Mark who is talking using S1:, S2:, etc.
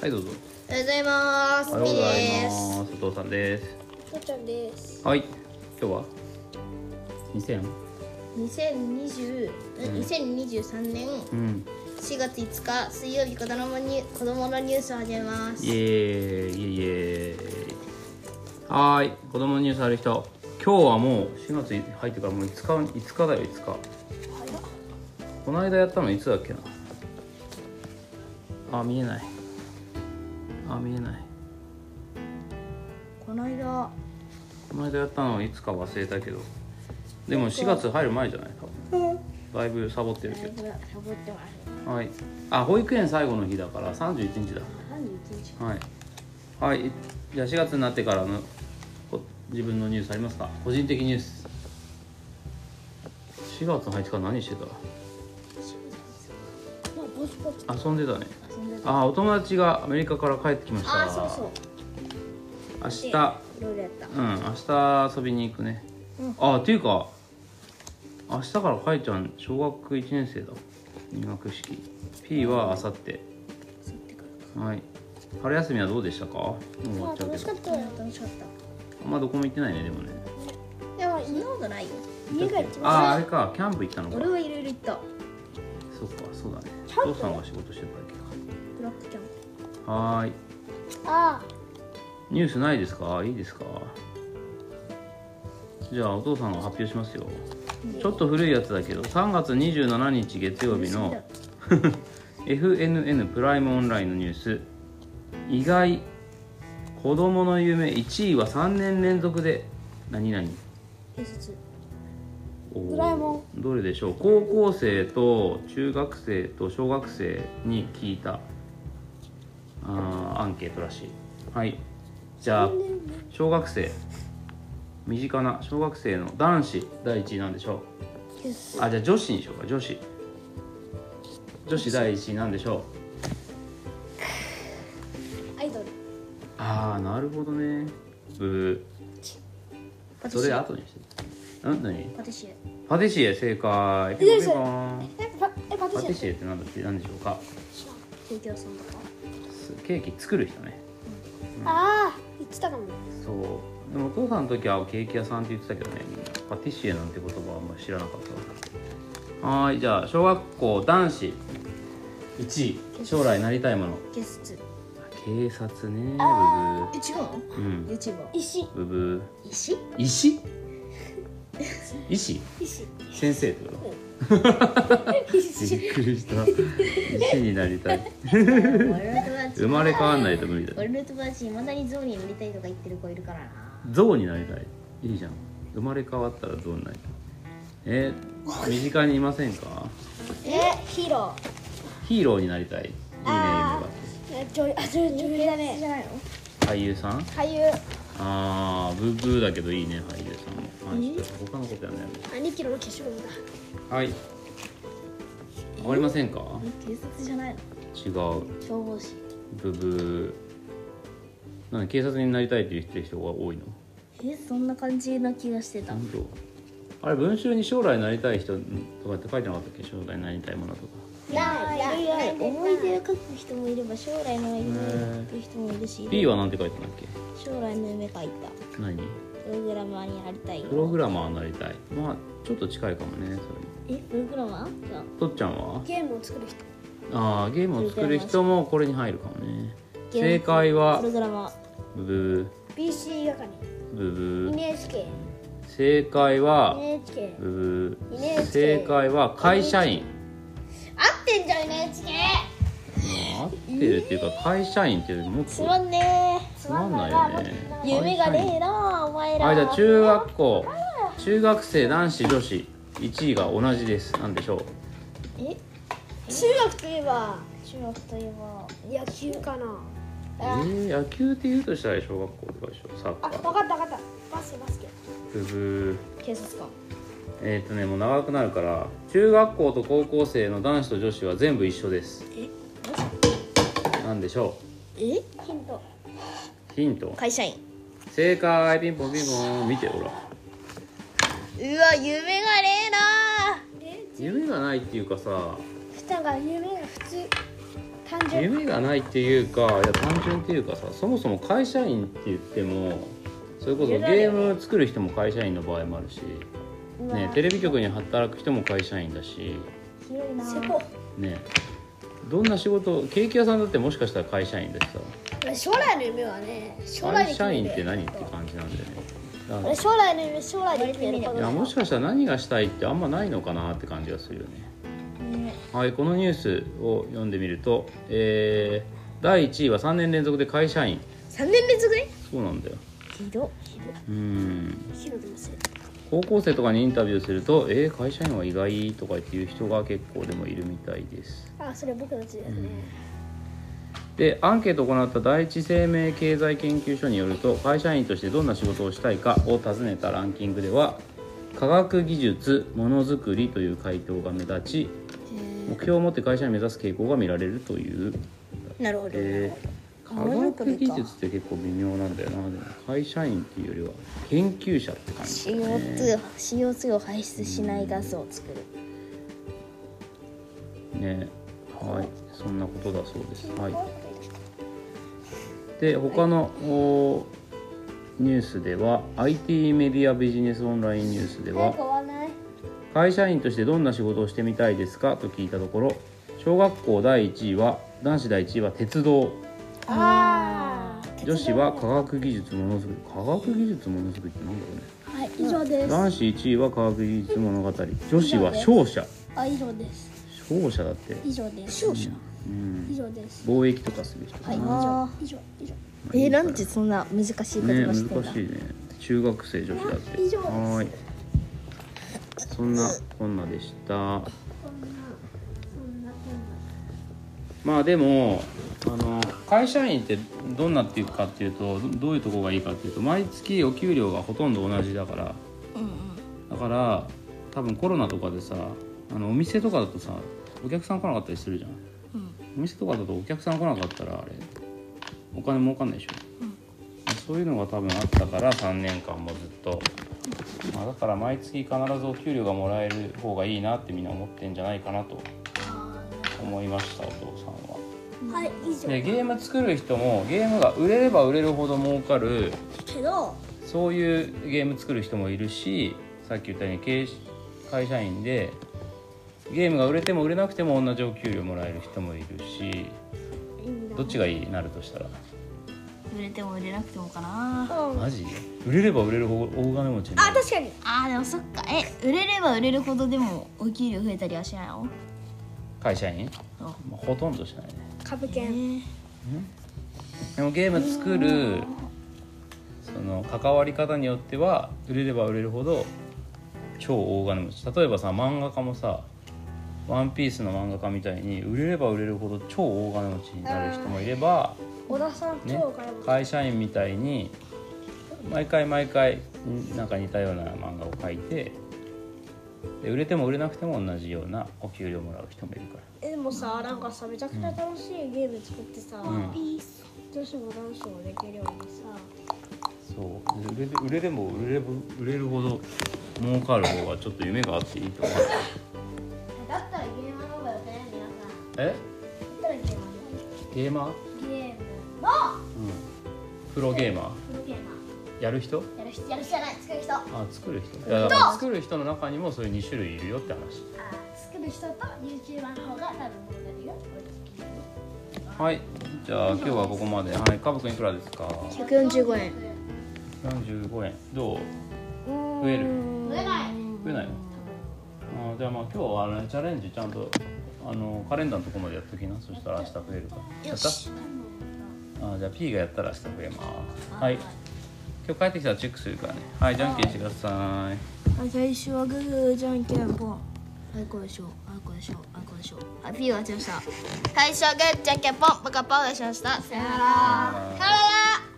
S1: はいどうぞ
S2: おはようございます
S1: おはようござい
S2: みーです
S1: ますお父さんです
S2: とっちゃんです
S1: はい今日は2000
S2: 2020え2023年
S1: うん
S2: 4月5日水曜日子供のニュー子供のニュースを始めます
S1: イエーイイエーイイエーイはーい子供のニュースある人今日はもう4月入ってからもう5日5日だよ5日この間やったのいつだっけなあ見えないあ見えない
S2: この間
S1: この間やったのはいつか忘れたけどでも4月入る前じゃない多分だいぶサボってるけ
S2: ぶサボってます
S1: どはいあ保育園最後の日だから31日だ
S2: 31日
S1: はい、はい、じゃあ4月になってからのこ自分のニュースありますか個人的ニュース4月入ってから何して
S2: もうポチポチ
S1: た遊んでたね
S2: 遊んでた
S1: あお友達がアメリカから帰ってきました
S2: あーそうそう
S1: 明
S2: で
S1: 日
S2: いろいろやった
S1: うん明日遊びに行くね、あっていうか明日からかいちゃん小学1年生だ入学式 P はあさって
S2: 遊んでから
S1: はい春休みはどうでしたかもう終わっちゃうけど
S2: ったよ楽しかった
S1: あんまどこも行ってないねでもね
S2: でもそんなことないよ
S1: ああれかキャンプ行ったのか
S2: 俺はいろいろ行った
S1: そっかそうだね
S2: キャンプ
S1: 父さんが仕事してただ
S2: ブラックキャンプ
S1: けかはーい
S2: あ
S1: ニュースないですかいいですかじゃあお父さんが発表しますよちょっと古いやつだけど3月27日月曜日の FNN プライムオンラインのニュース意外子供の夢1位は3年連続で何々おー
S2: ドラえも
S1: どれでしょう高校生と中学生と小学生に聞いたあーアンケートらしいはいじゃあ小学生身近な小学生の男子第1位なんでしょうあじゃあ女子にしようか女子女子第1位なんでしょう
S2: アイドル
S1: ああなるほどねブーそれ
S2: パ
S1: 後にしてん何
S2: ティシエ
S1: パティシエ正解
S2: ティシ
S1: ピン
S2: エ
S1: ポンピンポン
S2: えパえパ
S1: パティシエって何だって何でしょうか
S2: ケーキ屋さんとか
S1: ケーキ作る人ね
S2: ああ言ってたかも
S1: そうでもお父さんの時はケーキ屋さんって言ってたけどねみんなパティシエなんて言葉はあんまり知らなかったわはーいじゃあ小学校男子1位将来なりたいもの
S2: 警察
S1: 警察ね
S2: え違うの
S1: ブブーうん
S2: ユーチューバー石
S1: ブブ
S2: 石
S1: ー石医師
S2: 石
S1: 先生ってこと
S2: 石
S1: びっくりした医師になりたい生まれ変わんないと無理だ
S2: 俺の友達いまだにゾウに乗りたいとか言ってる子いるからな
S1: 象になりたいいいじゃん生まれ変わったら象になりたいえー身近にいませんか
S2: えヒーロ
S1: ヒーローになりたいいいね夢
S2: あー
S1: が
S2: ー女優女優だねじゃないの
S1: 俳優さん
S2: 俳優
S1: あーブーブーだけどいいね俳優さんも、はい、ちょっと他のことやんない
S2: 2キロの消しゴムだ
S1: はいわかりませんか
S2: 警察じゃないの
S1: 違う
S2: 消防士
S1: ブブーなんで警察になりたいって言ってる人が多いの
S2: えそんな感じな気がしてた
S1: 本当あれ文集に将来なりたい人とかって書いてなかったっけ将来なりたいものとか
S2: ないない思い出を書く人もいれば将来の夢を書く人もいるし
S1: B はなんて書いてたんだっけ
S2: 将来の夢書いた
S1: 何
S2: プログラマーになりたい
S1: プログラマーになりたいまあちょっと近いかもねそれ
S2: えプログラマーじゃあ
S1: とっちゃんは
S2: ゲームを作る人
S1: あーゲームを作る人もこれに入るかもね
S2: ゲーム
S1: 正解は
S2: プログラマー
S1: ブブ
S2: BC 係
S1: ーブブー
S2: NHK
S1: 正解は
S2: NHK
S1: ブブー
S2: NHK
S1: 正解は会社員
S2: 合ってんじゃん NHK
S1: 合ってるっていうか会社員っていうよりもっ
S2: つ
S1: と
S2: まんね
S1: つまんないよね
S2: え夢がねえなお前ら
S1: はい、じゃあ中学校中学生男子女子1位が同じですなんでしょう
S2: え
S3: 中学といえば
S2: 中学といえば
S3: 野球かな
S1: えー、野球って言うとしたら小学校とかでしょサッカ
S3: あ分
S1: ー
S3: かった分かったバスケバスケ
S1: ブブ
S2: 警察官
S1: ーえっ、とねもう長くなるから中学校と高校生の男子と女子は全部一緒ですなんでしょ
S2: え
S3: ヒント
S1: うヒント
S2: 会社員
S1: 正解ピンポンピンポン見てほら
S2: うわ夢がねえな
S3: で
S1: 夢がないっていうかさ
S3: ふたが夢が普通
S2: 単純
S1: 夢がないっていうかいや単純っていうかさそもそも会社員って言ってもそれこそゲーム作る人も会社員の場合もあるし、ね、テレビ局に働く人も会社員だし、
S2: 広いな
S3: せこ
S1: ね、どんな仕事ケーキ屋さんだってもしかしたら会社員だしさ
S3: 将来の夢はね将
S1: 会
S3: 来に決
S1: 社
S3: め
S1: 員
S3: る
S1: って何って感じなんだよねだから
S3: 俺将来の夢将来で決める
S1: いやもしかしたら何がしたいってあんまないのかなって感じがするよね。
S2: ね
S1: はい、このニュースを読んでみると、えー第1位は3年連続で会社員
S3: 3年連続ね
S1: そうなんだよ
S2: ひど
S1: うん
S3: ひろでもする
S1: 高校生とかにインタビューすると「えー会社員は意外?」とか言っていう人が結構でもいるみたいです
S3: あそれ僕たちですね
S1: でアンケートを行った第一生命経済研究所によると会社員としてどんな仕事をしたいかを尋ねたランキングでは科学技術ものづくりという回答が目立ち目標を持って会社に目指す傾向が見られるという、
S2: なるほど
S1: えー科学技術って結構微妙なんだよなでも会社員っていうよりは研究者って感じだよね
S2: CO2, CO2 を排出しないガスを作る
S1: ねはいそんなことだそうですはいで他の、おニュースでは IT メディアビジネスオンラインニュースでは
S2: わない
S1: 会社員としてどんな仕事をしてみたいですかと聞いたところ小学校第1位は男子第1位は鉄道
S3: ああ
S1: 女子は科学技術ものづくり科学技術ものづくりってなんだろうね
S3: はい以上で
S1: 男子1位は科学技術物語女子は商社
S3: あ以上です
S1: 商社だって
S3: 以上です以
S1: うん
S3: 上です
S1: 貿易とかする人かな、
S2: あ
S3: 以上以上
S2: ーえー、なんでそんな難しい言
S1: ね
S2: 葉
S1: 難し
S2: してんだ、
S1: いね中学生女子だって
S3: 以上です
S1: はーいそんなこんなでした
S3: こんなそんな
S1: まあでもあの会社員ってどんなっていうかっていうとどどういうとこがいいかっていうと毎月お給料がほとんど同じだからだから多分コロナとかでさあのお店とかだとさお客さん来なかったりするじゃん、お店とかだとお客さん来なかったらあれお金儲かんないでしょ、そういうのが多分あったから3年間もずっと、まあ、だから毎月必ずお給料がもらえる方がいいなってみんな思ってんじゃないかなと思いましたお父さんは。
S3: はい以上
S1: でゲーム作る人もゲームが売れれば売れるほど儲かる
S3: けど
S1: そういうゲーム作る人もいるしさっき言ったように経営会社員でゲームが売れても売れなくても同じお給料もらえる人もいるしどっちがいいなるとしたら
S2: 売れても売れなくてもかな
S1: マジ売れれば売れるほど大金持ちにな
S3: あ
S1: る
S3: 確かに
S2: あーでもそっかえ売れれば売れるほどでもお給料増えたりはしないの
S1: 会社員、
S2: うん
S1: まあほとんどしないね
S3: 株
S2: え
S3: 券
S2: ー
S1: でもゲーム作るその関わり方によっては売れれば売れるほど超大金持ち例えばさ漫画家もさ「ワンピースの漫画家みたいに売れれば売れるほど超大金持ちになる人もいれば、
S3: 小田さん
S1: ね
S3: 超買い、物
S1: 会社員みたいに毎回毎回んなんか似たような漫画を描いてで売れても売れなくても同じようなお給料もらう人もいるから。
S3: えでもさなんかさめちゃくちゃ楽しいゲーム作ってさ、
S1: うん
S3: 女子も男子もできるようにさ
S1: そう売れ売れでも売れれば売れるほど儲かる方がちょっと夢があっていいと思う
S3: だったらゲームの方がよくない
S1: え
S3: 皆さんだったらゲーム
S1: ゲーマー、
S3: ゲームの
S1: プロゲーマ
S3: プロゲーマ
S1: ーやる人
S3: ーやる人やる人じゃない作る人あ
S1: あ作る人いやだから作る人の中にもそういう2種類いるよって話
S3: 作る人と YouTuber の方が多分問題が
S1: はいじゃあ今日はここまではいカブ君いくらですか
S2: 145円
S1: 45円どう増える
S3: 増えない
S1: 増えないのあーじゃあまあ今日はあのチャレンジちゃんとあのカレンダーのとこまでやっときなそしたら明日増えるからよしあーじゃあ P がやったら明日増えますはい今日帰ってきたらチェックするからねはいじゃんけんしてください
S2: 最初はグーじゃんけんぽんはいこうでしょうはいこうでしょうはいこうでしょうはいピーが勝ちました最初はグーじゃんけんぽん僕はパーが勝ちましたさよな
S1: さ
S2: ら
S1: よなら
S2: さよなら